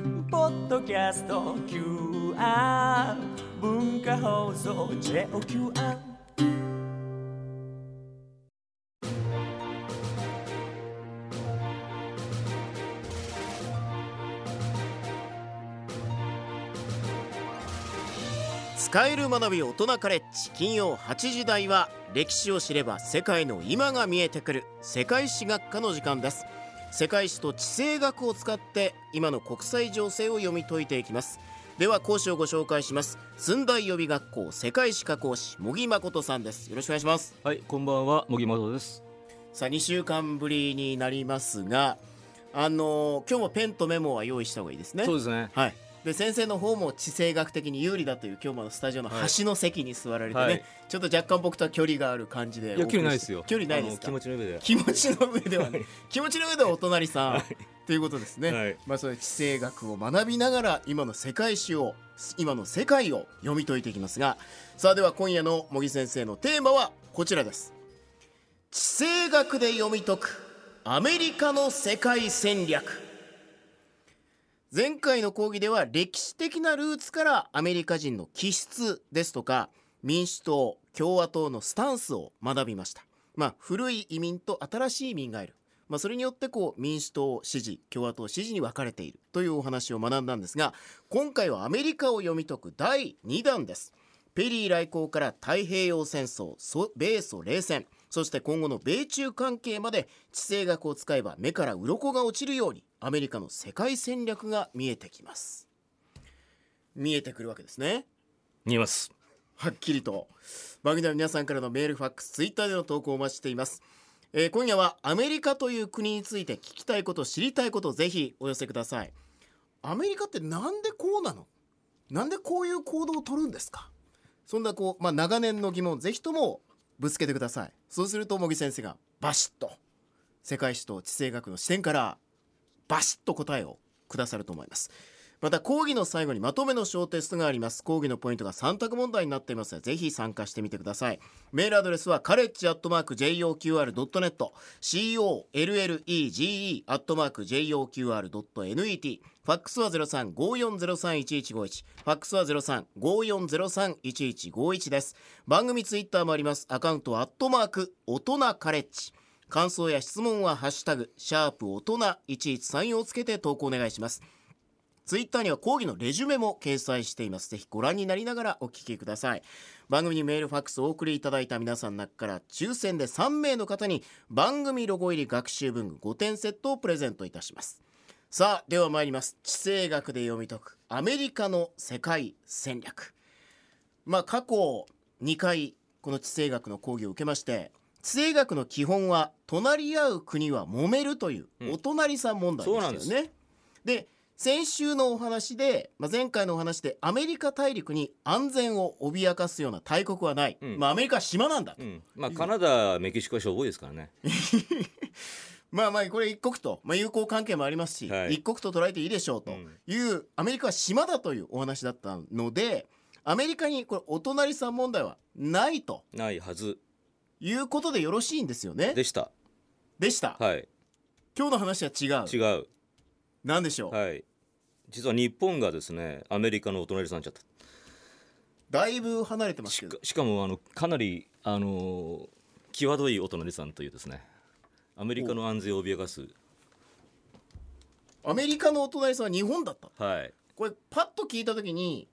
ッドキャスト QR 文化放送 JOQR 使える学び大人カレッジ金曜8時台は歴史を知れば世界の今が見えてくる世界史学科の時間です世界史と地政学を使って今の国際情勢を読み解いていきますでは講師をご紹介します寸大予備学校世界史科講師茂木誠さんですよろしくお願いしますはい、こんばんは、茂木誠です。さあ2週間ぶりになりますがあの今日もペンとメモは用意した方がいいですねそうですね。はい、で先生の方も地政学的に有利だという今日もスタジオの端の席に座られてね、はいちょっと若干僕とは距離がある感じでいや、お送りして距離ないですよ。距離ないですあかの気持ちの上で。気持ちの上ではね気持ちの上ではお隣さん、ということですね、はいまあそういう地政学を学びながら今の世界史を今の世界を読み解いていきますがさあでは今夜の茂木先生のテーマはこちらです地政学で読み解くアメリカの世界戦略前回の講義では歴史的なルーツからアメリカ人の気質ですとか民主党共和党のスタンスを学びました、まあ、古い移民と新しい移民がいる、まあ、それによってこう民主党支持共和党支持に分かれているというお話を学んだんですが今回はアメリカを読み解く第2弾ですペリー来航から太平洋戦争そ米ソ冷戦そして今後の米中関係まで地政学を使えば目から鱗が落ちるようにアメリカの世界戦略が見えてきます見えてくるわけですね見えます。はっきりと番組では皆さんからのメールファックスツイッターでの投稿をお待ちしています、えー今夜はアメリカという国について聞きたいこと知りたいことぜひお寄せくださいアメリカってなんでこうなのなんでこういう行動を取るんですかそんなこう、まあ、長年の疑問ぜひともぶつけてくださいそうすると茂木先生がバシッと世界史と地政学の視点からバシッと答えをくださると思いますまた講義の最後にまとめの小テストがあります講義のポイントが3択問題になっていますのでぜひ参加してみてくださいメールアドレスはカレッジアットマーク JOQR.net COLLEGE アットマーク JOQR.net ファックスは0354031151ファックスは0354031151です番組ツイッターもありますアカウントはアットマーク大人カレッジ感想や質問はハッシュタグシャープ大人1134をつけて投稿お願いしますツイッターには講義のレジュメも掲載しています。ぜひご覧になりながらお聞きください。番組にメールファックスをお送りいただいた皆さんの中から抽選で3名の方に番組ロゴ入り学習文具5点セットをプレゼントいたします。さあ、では参ります。地政学で読み解くアメリカの世界戦略。まあ、過去2回この地政学の講義を受けまして、地政学の基本は隣り合う国は揉めるといううんお隣さん問題でしたよね。そうなで先週のお話で、まあ、前回のお話でアメリカ大陸に安全を脅かすような大国はない、うんまあ、アメリカは島なんだと、うん。まあ、カナダ、メキシコはしょぼいですからね。まあまあこれ一国と、まあ、友好関係もありますし、はい一国と捉えていいでしょうという、アメリカは島だというお話だったのでアメリカにこれお隣さん問題はないとないはずいうことでよろしいんですよねででした。した、はい。今日の話は違う違う。何でしょう、はい。実は日本がですね、アメリカのお隣さんちゃった。だいぶ離れてますしけかどしかも、あの、かなり、あのー、際どいお隣さんというですね。アメリカの安全を脅かす。アメリカのお隣さんは日本だったはい。これパッと聞いた時に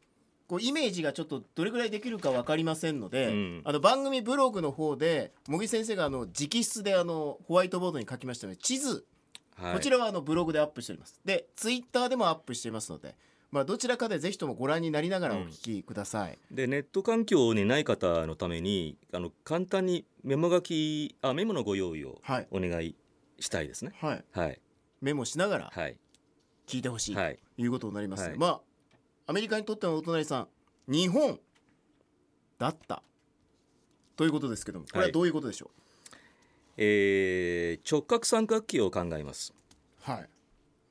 こうイメージがちょっとどれぐらいできるか分かりませんので、うんあの番組ブログの方で茂木先生があの直筆であのホワイトボードに書きましたので地図、はい。こちらはあのブログでアップしておりますでツイッターでもアップしていますので、まあ、どちらかでぜひともご覧になりながらお聞きください、でネット環境にない方のためにあの簡単にメモ書きあメモのご用意をはいお願いしたいですね。はい、はいメモしながらはい聞いてほしい、はいということになります、はいまあアメリカにとってのお隣さん日本だったということですけどもこれはどういうことでしょえー直角三角形を考えます。うはい、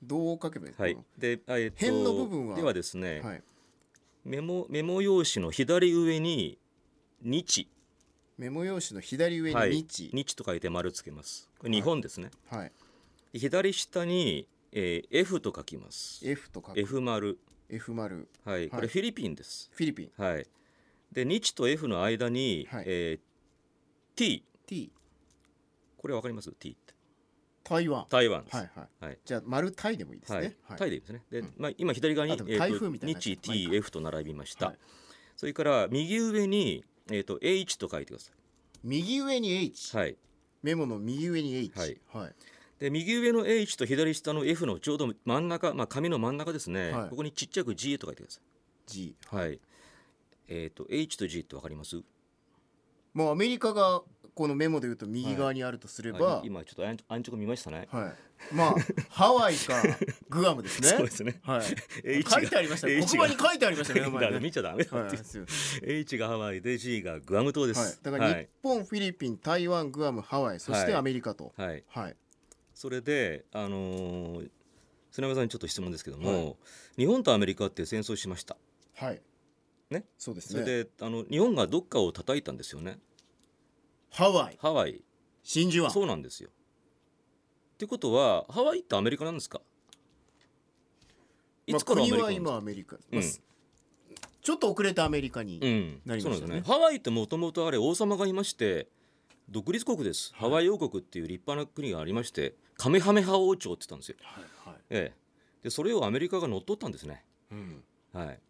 どう書けばいいのかは、ないで、あえっと辺の部分はではですね、はい、メモメモ用紙の左上に日メモ用紙の左上はいに日、日と書いて丸つけます。これはい日本ですね。はいで左下に、えー F と書きます。 F と書く F 丸 F 丸はい、これフィリピンです。フィリピンはい、で日と F の間に、はいえー T T これわかります ?T って台湾台湾です。はいはいはいじゃあ丸タイでもいいですはいねタイでいいですね。で、まあ、今左側にあでもえーと台風みたいな日まあいいか T、F と並びました。はいそれから右上に、えー、と H と書いてくださ右上に H い。はい、メモの右上に H はいはいで右上の H と左下の F のちょうど真ん中、まあ、紙の真ん中ですね、はいここにちっちゃく G と書いてくださ G い。はいえー、と H と G ってわかりますもうアメリカがこのメモで言うと右側にあるとすれば、あ今ちょっと安安直見ましたね。はい、まあハワイかグアムですね。 そうですねはい、 H が書いてありましたね。 H 黒が板に書いてありましたね。名前だね 見ちゃダメだはっいていう、すいま H がハワイで G がグアム島でせんはいす。、だからは日い本、フィリピン、台湾、グアム、ハワイ、そしてはいアメリカと。はいはい。それで、あのー砂山さんにちょっと質問ですけども、日本とアメリカって戦争しましたはい。ね。そうですそれね。で、あの日本がどっかを叩いたんですよねハワイ、ハワイ真珠湾。そうなんですよってことはハワイってアメリカなんですかいまあつからアメリカ国なんですは今か、アメリカ。うまんあちょっと遅れたアメリカに。うんなりそまうしなたねんですねハワイってもともとあれ王様がいまして独立国です、ハワイ王国っていう立派な国がありましてカメハメハ王朝って言ったんですよはいはい。ええ、でそれをアメリカが乗っ取ったんですね。うん。はい、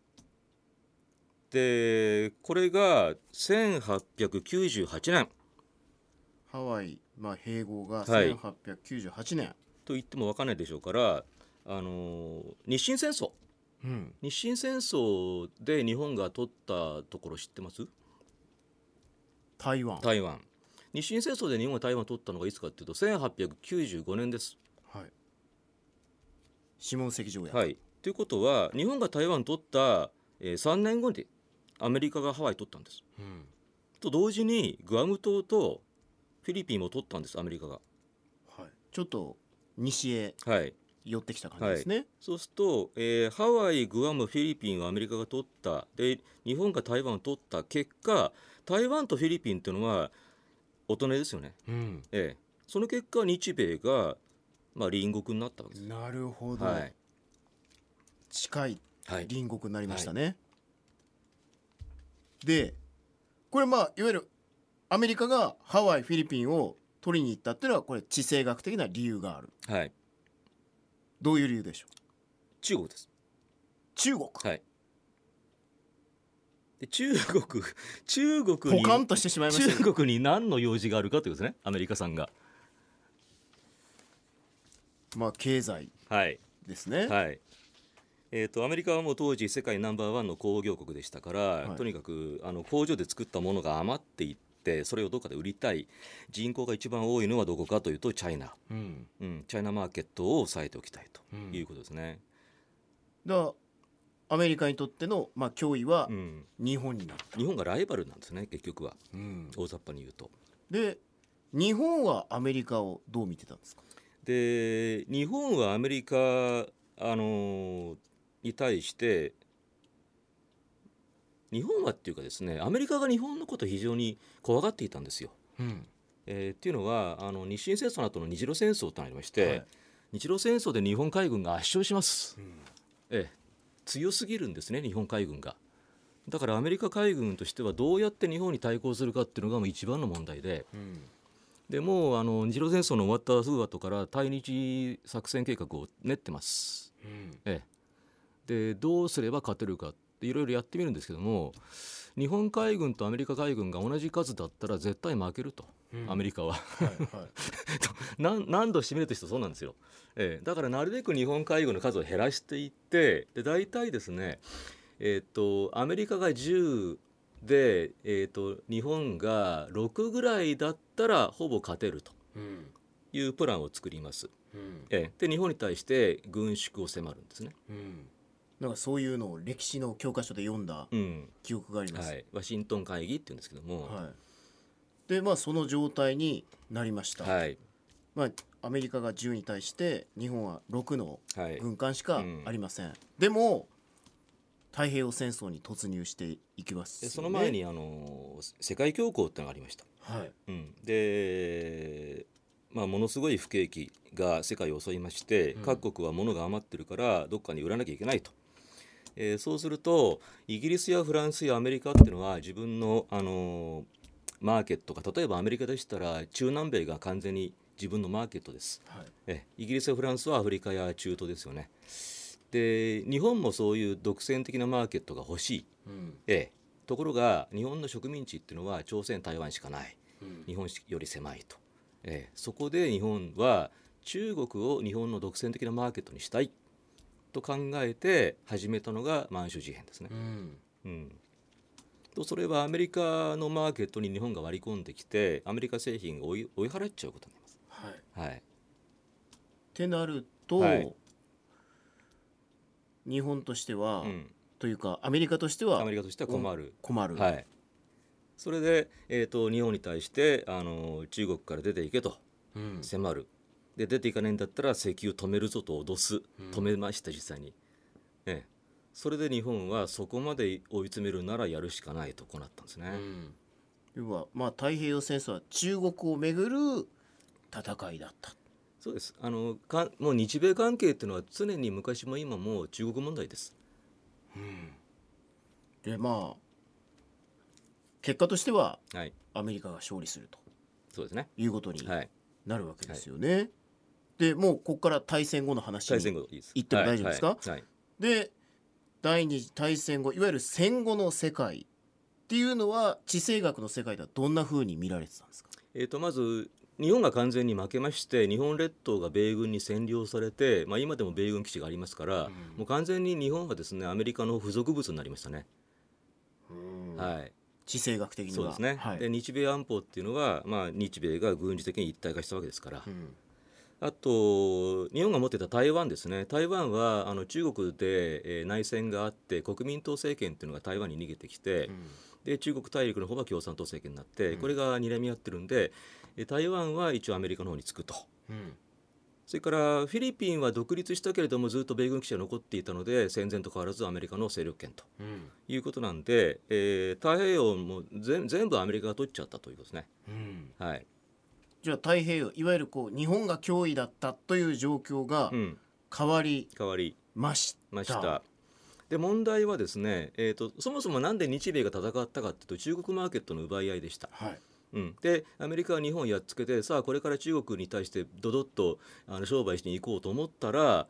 でこれが1898年ハワイ、まあ併合がはい1898年。と言っても分かんないでしょうから、あのー日清戦争うん。日清戦争で日本が取ったところ知ってます台湾。台湾日清戦争で日本が台湾を取ったのがいつかっていうと1895年です。はい。下関条約。はい、ということは日本が台湾を取った、えー3年後にアメリカがハワイを取ったんです。うん。と同時にグアム島とフィリピンも取ったんですアメリカが。はい。ちょっと西へはい、寄ってきた感じですね。そうすると、えーハワイグアムフィリピンをアメリカが取ったで日本が台湾を取った結果台湾とフィリピンっていうのはお隣ですよね、うん。ええその結果日米が、まあ、隣国になったわけです。なるほど。はい近いはい隣国になりましたね。で、これまあいわゆるアメリカがハワイフィリピンを取りに行ったっていうのはこれ地政学的な理由がある。はい、どういう理由でしょう。中国です、中国。はい、で中国 中国ポにカンとしてしまいましたけど。中国に何の用事があるかということですねアメリカさんが。まあ経済はいです ね。はいえー、とアメリカはもう当時世界ナンバーワンの工業国でしたから、いとにかくあの工場で作ったものが余っていってそれをどこかで売りたい人口が一番多いのはどこかというとチャイナ、うん。うん、チャイナマーケットを抑えておきたいということですね。だからアメリカにとってのまあ脅威はうん日本になる。日本がライバルなんですね結局はうん。大雑把に言うと。で、日本はアメリカをどう見てたんですか。で日本はアメリカ、あのーに対して日本はっていうかですねアメリカが日本のことを非常に怖がっていたんですよ。うん。えーっていうのはあの日清戦争の後の日露戦争となりまして、はい日露戦争で日本海軍が圧勝します、ええ強すぎるんですね日本海軍がだからアメリカ海軍としてはどうやって日本に対抗するかっていうのがもう一番の問題でうん。でもうあの日露戦争の終わったすぐ後から対日作戦計画を練ってます、うん。ええ、でどうすれば勝てるかっていろいろやってみるんですけども日本海軍とアメリカ海軍が同じ数だったら絶対負けると、アメリカは。 はいはい。何何度してみるとしてそうなんですよ、ええだからなるべく日本海軍の数を減らしていってで大体ですねえっ、とアメリカが10で、えっと日本が6ぐらいだったらほぼ勝てるとうんいうプランを作ります、うんええで日本に対して軍縮を迫るんですね、うん なんかそういうのを歴史の教科書で読んだうん記憶があります。ははい。い、ワシントン会議っていうんですけども、でまあその状態になりました。はいまあアメリカが10に対して日本は6のはい軍艦しかありません。でも太平洋戦争に突入していきます、でね。その前。に、あの世界恐慌ってのがありましたはい。うん、で、まあ、ものすごい不景気が世界を襲いまして、各国は物が余ってるからどっかに売らなきゃいけないとえーそうするとイギリスやフランスやアメリカっていうのは自分の、あのーマーケットが例えばアメリカでしたら中南米が完全に自分のマーケットです、はいえイギリスやフランスはアフリカや中東ですよねで日本もそういう独占的なマーケットが欲しい、うんええところが日本の植民地っていうのは朝鮮台湾しかない日本より狭いと、ええそこで日本は中国を日本の独占的なマーケットにしたいと考えて始めたのが満州事変ですねう。んうんとそれはアメリカのマーケットに日本が割り込んできてアメリカ製品を追い追い払っちゃうことになります。はい、っはい、てなると、はい日本としては、うん、というかアメリカとしてはアメリカとしては困る、困る、はい、それで、えー、と日本に対してあの中国から出ていけとうん迫るで出ていかないんだったら石油止めるぞと脅すん止めました実際に、ええ、それで日本はそこまで追い詰めるならやるしかないとこうなったんですね、うん要は、まあ、太平洋戦争は中国をめぐる戦いだった。そうですあのかもう日米関係っていうのは常に昔も今も中国問題ですでまあ結果としてははいアメリカが勝利するとそうですねいうことにはいなるわけですよね。でもうここから大戦後の話大戦に後いいです行っても大丈夫ですかはいはいはいで第二次大戦後いわゆる戦後の世界っていうのは地政学の世界ではどんな風に見られてたんですか、えー、とまず日本が完全に負けまして日本列島が米軍に占領されて、まあ、今でも米軍基地がありますから、もう完全に日本はですねアメリカの付属物になりましたね、はい地政学的には。そうですね、はいで日米安保っていうのは、まあ、日米が軍事的に一体化したわけですから、うんあと日本が持ってた台湾ですね台湾はあの中国で、えー内戦があって国民党政権っていうのが台湾に逃げてきて、で中国大陸の方は共産党政権になって、これが睨み合ってるんでえー台湾は一応アメリカの方につくと。うんそれからフィリピンは独立したけれどもずっと米軍基地が残っていたので戦前と変わらずアメリカの勢力圏とうんいうことなんで、えー太平洋も全全部アメリカが取っちゃったということですね。うんはいじゃあ太平洋いわゆるこう日本が脅威だったという状況がうん、変わり変わりまし。ましたた。で問題はですね、えー、とそもそもなんで日米が戦ったかっていうと中国マーケットの奪い合いでした。はい。うん、でアメリカは日本をやっつけてさあこれから中国に対してドドッとあの商売しに行こうと思ったら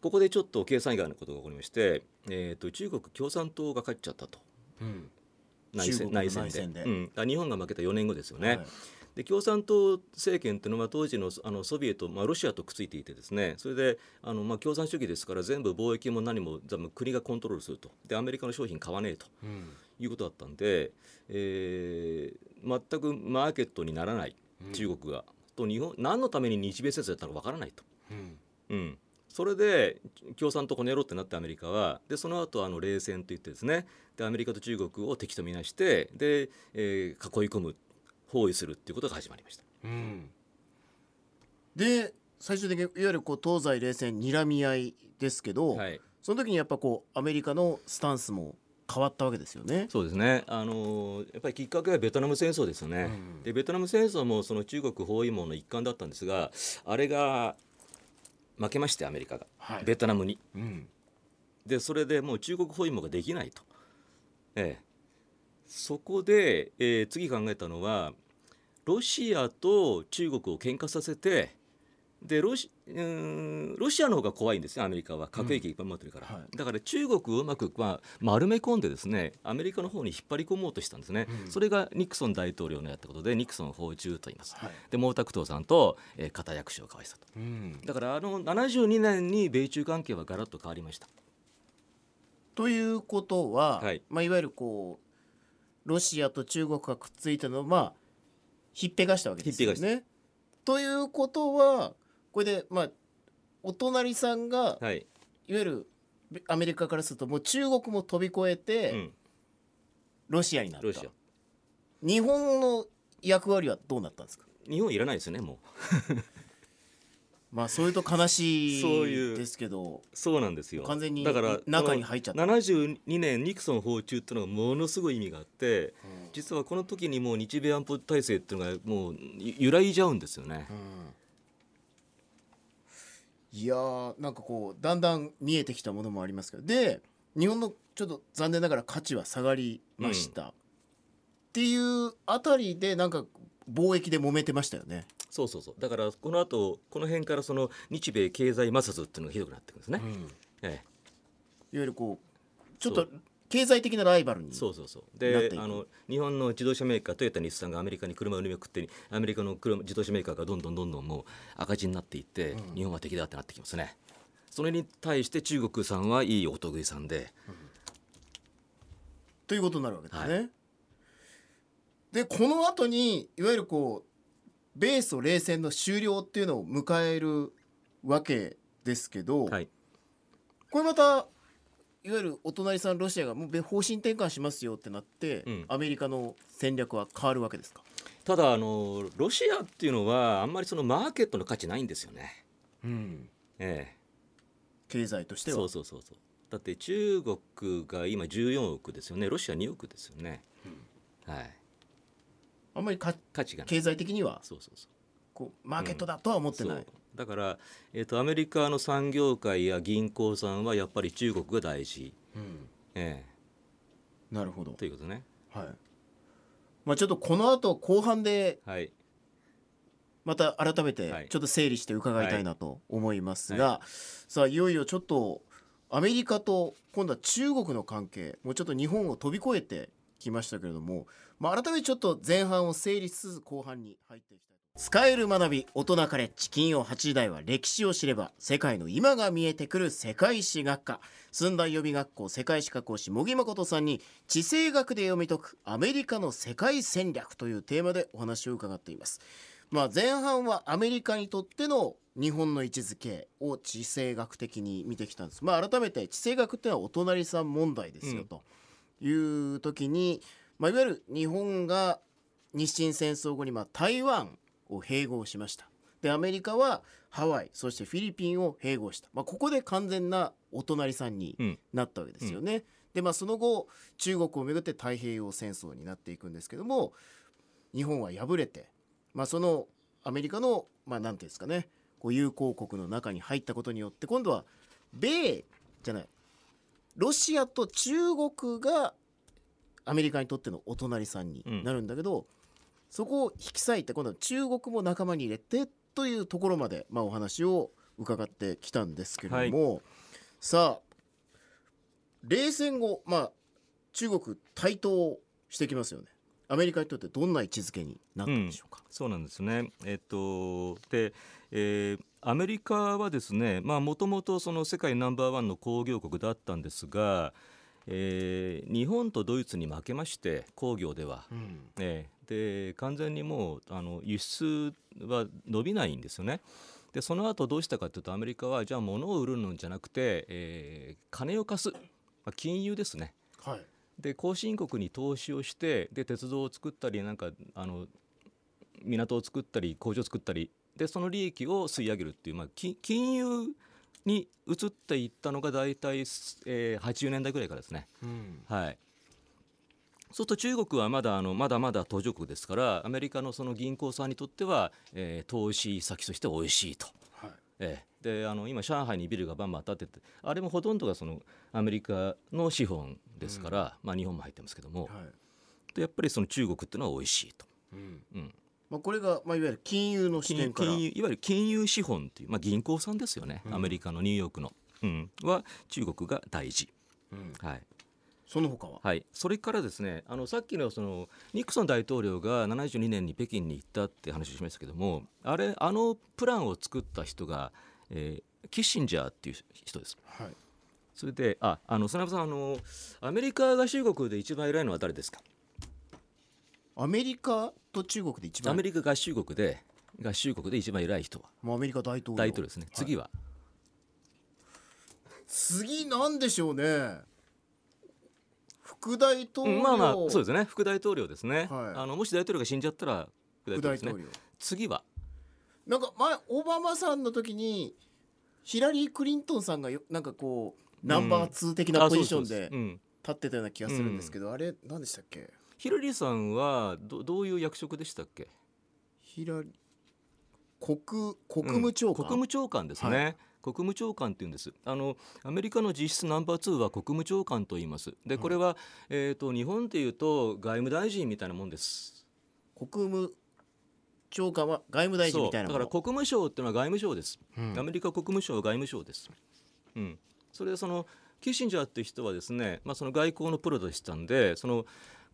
ここでちょっと計算以外のことが起こりまして、えー、と中国共産党が勝っちゃったとうん。内中戦国の内戦で内戦でうん、あ日本が負けた4年後ですよね。はいで共産党政権というのは当時のあのソビエト、まあ、ロシアとくっついていてですねそれであの、まあ、共産主義ですから全部貿易も何も全部国がコントロールするとでアメリカの商品買わねえとうん。いうことだったんで、えー全くマーケットにならない中国が、と日本何のために日米戦争やったのかわからないと。うん。うん、それで共産党この野郎ってなってアメリカはでその後あの冷戦といってですねでアメリカと中国を敵とみなしてで、えー囲い込む包囲するっていうことが始まりました。うん。で最終的にいわゆるこう東西冷戦睨み合いですけど、はい、その時にやっぱこうアメリカのスタンスも変わったわけですよね。そうですね、あのーやっぱりきっかけはベトナム戦争ですよね、でベトナム戦争もその中国包囲網の一環だったんですがあれが負けましてアメリカが、はいベトナムにうん。でそれでもう中国包囲網ができないと、ええ、そこで、えー次考えたのはロシアと中国を喧嘩させてでロシうーんロシアの方が怖いんですよアメリカは核兵器いっぱい持ってるから、うんはいだから中国をうまく、まあ、丸め込んでですねアメリカの方に引っ張り込もうとしたんですね、それがニクソン大統領のやったことでニクソン訪中と言います、はいで毛沢東さんと、えー肩役所を交わしたとうん。だからあの72年に米中関係はガラッと変わりましたということは、はいまあいわゆるこうロシアと中国がくっついたのはまあひっぺがしたわけですよひっぺね。ということはこれでまあお隣さんが、い、はい、わゆるべアメリカからするともう中国も飛び越えて、うんロシアになったロシア日本の役割はどうなったんですか日本いらないですよねもうまあそういうと悲しそういいうですけどそうなんですよ完全にだから中に入っちゃったこの72年ニクソン訪中っていうのがものすごい意味があって、実はこの時にもう日米安保体制っていうのがもう揺らいじゃうんですよね、いやーなんかこうだんだん見えてきたものもありますけどで日本のちょっと残念ながら価値は下がりました、っていうあたりでなんか貿易で揉めてましたよね。そうそうそうだからこの後この辺からその日米経済摩擦っていうのがひどくなってくるんですね、いわええゆるこうちょっと経済的なライバルにそうそうそうなっていでくあの日本の自動車メーカートヨタ日産がアメリカに車を売りまくってアメリカの車自動車メーカーがどんどんどんどんもう赤字になっていって、日本は敵だってなってきますねそれに対して中国さんはいいお得意さんでということになるわけですね。はでこの後にいわゆるこう米ソ冷戦の終了っていうのを迎えるわけですけど、はいこれまたいわゆるお隣さんロシアがもう米方針転換しますよってなって、うんアメリカの戦略は変わるわけですか、ただあのロシアっていうのはあんまりそのマーケットの価値ないんですよねええ経済としてはそうそうそうそうだって中国が今14億ですよねロシア2億ですよね、はいあんまりか価値がない経済的にはそうそうそうこうマーケットだとは思ってそない、うだから、えー、とアメリカの産業界や銀行さんはやっぱり中国が大事、えなるほどえ、ということねはいまあ、ちょっとこの後後半ではいまた改めはていちょっと整理して伺いたいなと思いますが、さあいよいよちょっとアメリカと今度は中国の関係もうちょっと日本を飛び越えてきましたけれども、まあ、改めてちょっと前半を整理しつつ後半に入っていきたい使える学び大人カレッジ金曜8時台は歴史を知れば世界の今が見えてくる世界史学科寸大予備学校世界史科講師茂木誠さんに地政学で読み解くアメリカの世界戦略というテーマでお話を伺っていますまあ、前半はアメリカにとっての日本の位置づけを地政学的に見てきたんです、まあ、改めて地政学ってのはお隣さん問題ですようんという時に、まあ、いわゆる日本が日清戦争後にまあ台湾を併合しましたでアメリカはハワイそしてフィリピンを併合した、まあ、ここで完全なお隣さんにうんなったわけですよね。でまあその後中国をめぐって太平洋戦争になっていくんですけども日本は敗れて、まあ、そのアメリカのまあなんていうんですかねこう友好国の中に入ったことによって今度は米じゃないロシアと中国がアメリカにとってのお隣さんになるんだけど、そこを引き裂いて今度は中国も仲間に入れてというところまで、まあ、お話を伺ってきたんですけれども、さあ冷戦後、まあ、中国台頭してきますよねアメリカにとってどんな位置づけになったんでしょうか、そうなんですね。えっとで、えーアメリカはですね、まあもともとその世界ナンバーワンの工業国だったんですが、えー日本とドイツに負けまして工業では、えーで完全にもうあの輸出は伸びないんですよね。でその後どうしたかというとアメリカはじゃあ物を売るのじゃなくて、えー金を貸す、まあ、金融ですね。はいで後進国に投資をしてで鉄道を作ったりなんかあの港を作ったり工場を作ったりでその利益を吸い上げるっていう、まあ、き金融に移っていったのが大体、すえー、80年代ぐらいからですね。はいそうすると中国はまだあのまだまだ途上国ですからアメリカのその銀行さんにとっては、えー投資先として美味しいと。はいええ、であの今上海にビルがバンバン建っててあれもほとんどがそのアメリカの資本ですから、まあ、日本も入ってますけども、はいでやっぱりその中国っていうのは美味しいと、うんまあ、これが、まあ、いわゆる金融の視点金から金融いわゆる金融資本っていう、まあ、銀行さんですよね、アメリカのニューヨークの、うん、は中国が大事、はいその他は、はい、それからですねあのさっきのそのニクソン大統領が72年に北京に行ったって話をしましたけどもあれあのプランを作った人が、えーキッシンジャーっていう人です。はいそれで、あ、あの、砂山さん、あの、アメリカが中国で一番偉いのは誰ですか。アメリカと中国で一番アメリカ合衆国で、合衆国で一番偉い人は。まあ、アメリカ大統領大統領ですね。次は。次なんでしょうね副大統領、まあまあ、そうですね。副大統領ですね。はいあの、もし大統領が死んじゃったら。副副大大統領ですね統領。次は。なんか前オバマさんの時にヒラリー・クリントンさんがよなんかこうナンバー2的なあポそジうですションそうですうん。立ってたような気がするんですけど、あれ何でしたっけヒラリーさんは、ど、どういう役職でしたっけ。ヒラリー国国務長官、国務長官ですね。国務長官っていうんですあのアメリカの実質ナンバー2は国務長官と言いますでこれは、えー、と日本でいうと外務大臣みたいなもんです国務長官は外務大臣そみうたいだなかもらの国務省っていうのは外務省です、うんアメリカ国務省は外務省です、うん、それでそのキッシンジャーっていう人はですね、まあ、その外交のプロでしたんでその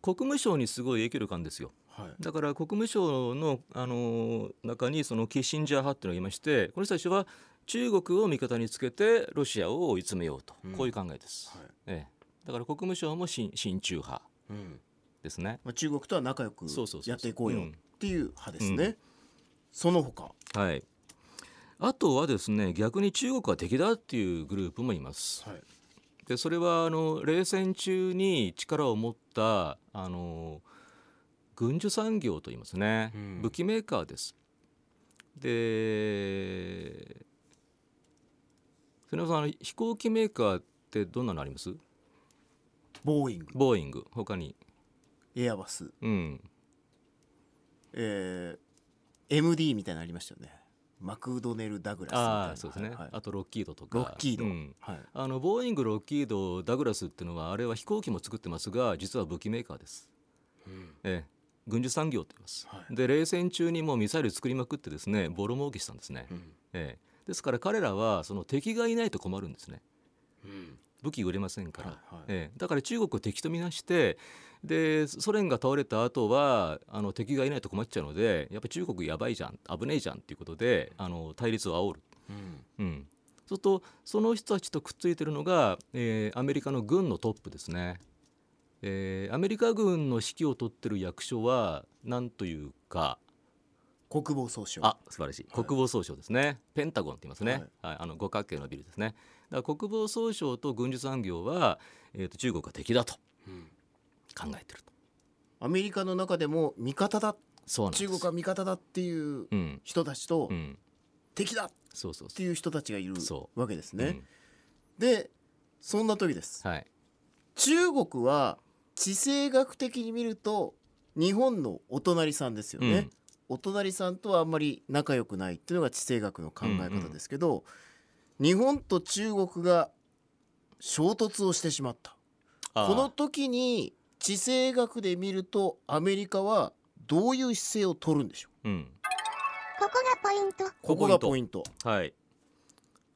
国務省にすごい影響力あるんですよはいだから国務省の、あの中にそのキッシンジャー派っていうのがいましてこの人たちは中国を味方につけてロシアを追い詰めようと、うんこういう考えです、はいええ、だから国務省も親親中派うんですねまあ、中国とは仲良くそうそうそうそうやっていこうようんっていう派ですね、うその他はいあとはですね逆に中国は敵だっていうグループもいますはいでそれはあの冷戦中に力を持ったあの軍需産業といいますね、うん武器メーカーです。で瀬野さんあの飛行機メーカーってどんなのありますボーイングボーイング他に、エアバス、うん、えー、MD みたいなのありましたよねマクドネル・ダグラスみたいなああそうですね、はいあとロッキードとかロッキード、うんはい、あのボーイングロッキードダグラスっていうのはあれは飛行機も作ってますが実は武器メーカーです。ええ、軍需産業と言います、はいで冷戦中にもうミサイル作りまくってですねボロ儲けしたんですね、うんええ、ですから彼らはその敵がいないと困るんですねうん武器売れませんから、はいはいええ、だから中国を敵とみなしてでソ連が倒れた後はあの敵がいないと困っちゃうのでやっぱり中国やばいじゃん危ねえじゃんっていうことであの対立を煽る、うんうん、そうするとその人たちとくっついてるのが、えーアメリカの軍のトップですね、えーアメリカ軍の指揮を取ってる役所は何というか国防総省あ素晴らしい国防総省ですね、ペンタゴンって言いますね、はいあの五角形のビルですねだから国防総省と軍需産業は、えー、と中国が敵だとうん考えてるとアメリカの中でも味方だそうなんです中国は味方だっていううん人たちと、うん敵だっそうそうそていう人たちがいるそわけですうね、でそんな時です、うんはい中国は地政学的に見ると日本のお隣さんですよね、お隣さんとはあんまり仲良くないっていうのが地政学の考え方ですけど、日本と中国が衝突をしてしまったあーこの時に地政学で見るとアメリカはどういう姿勢を取るんでしょうんここがポイントうここがポイントはい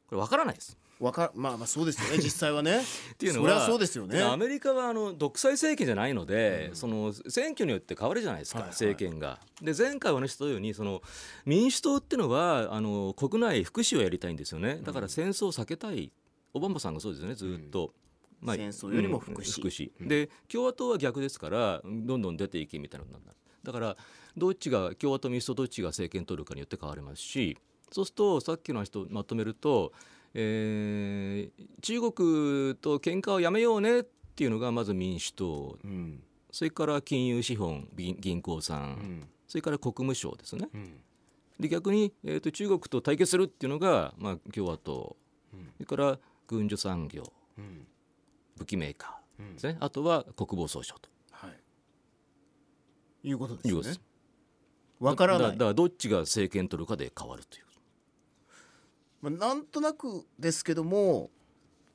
これわからないですわかまあまあそうですよ ね実際はねっていうのそりはゃそうですよねでアメリカはあの独裁政権じゃないので、うんその選挙によって変わるじゃないですか、はいはい政権が。で前回お話ししたようにその民主党っていうのはあの国内福祉をやりたいんですよねだから戦争を避けたい、オバマさんがそうですよねずっと。まあ戦争よりも福祉うんで共和党は逆ですからどんどん出ていけみたいなことになるだからどっちが共和党民主党どっちが政権取るかによって変わりますしそうするとさっきの話とまとめると、えー中国と喧嘩をやめようねっていうのがまず民主党うんそれから金融資本銀銀行さん、うんそれから国務省ですねうんで逆に、えー、と中国と対決するっていうのが、まあ、共和党うんそれから軍需産業うん武器メーカうーんですねあとは国防総省とはい。いうことですいうよことでねす。。わからだなだい。からどっちが政権取るかで変わるというまあ、なんとなくですけども、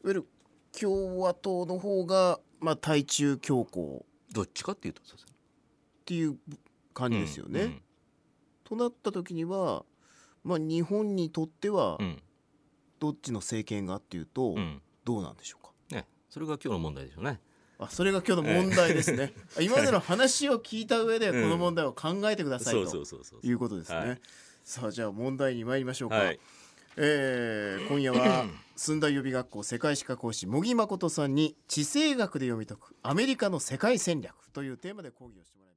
いわゆる共和党の方がまあ対中強硬どっちかっていうとそうですねっていう感じですよね。となった時には、まあ日本にとってはうんうんどっちの政権がっていうとうんうんどうなんでしょうか。ねそれが今日の問題でしょうねあ、それが今日の問題ですね。今までの話を聞いた上でこうんの問題を考えてくださいとうそうそういうことですはねい。さあじゃあ問題に参りましょうか。はいえー今夜 は駿台予備学校世界史科講師茂木誠さんに地政学で読み解くアメリカの世界戦略というテーマで講義をしてもらいます。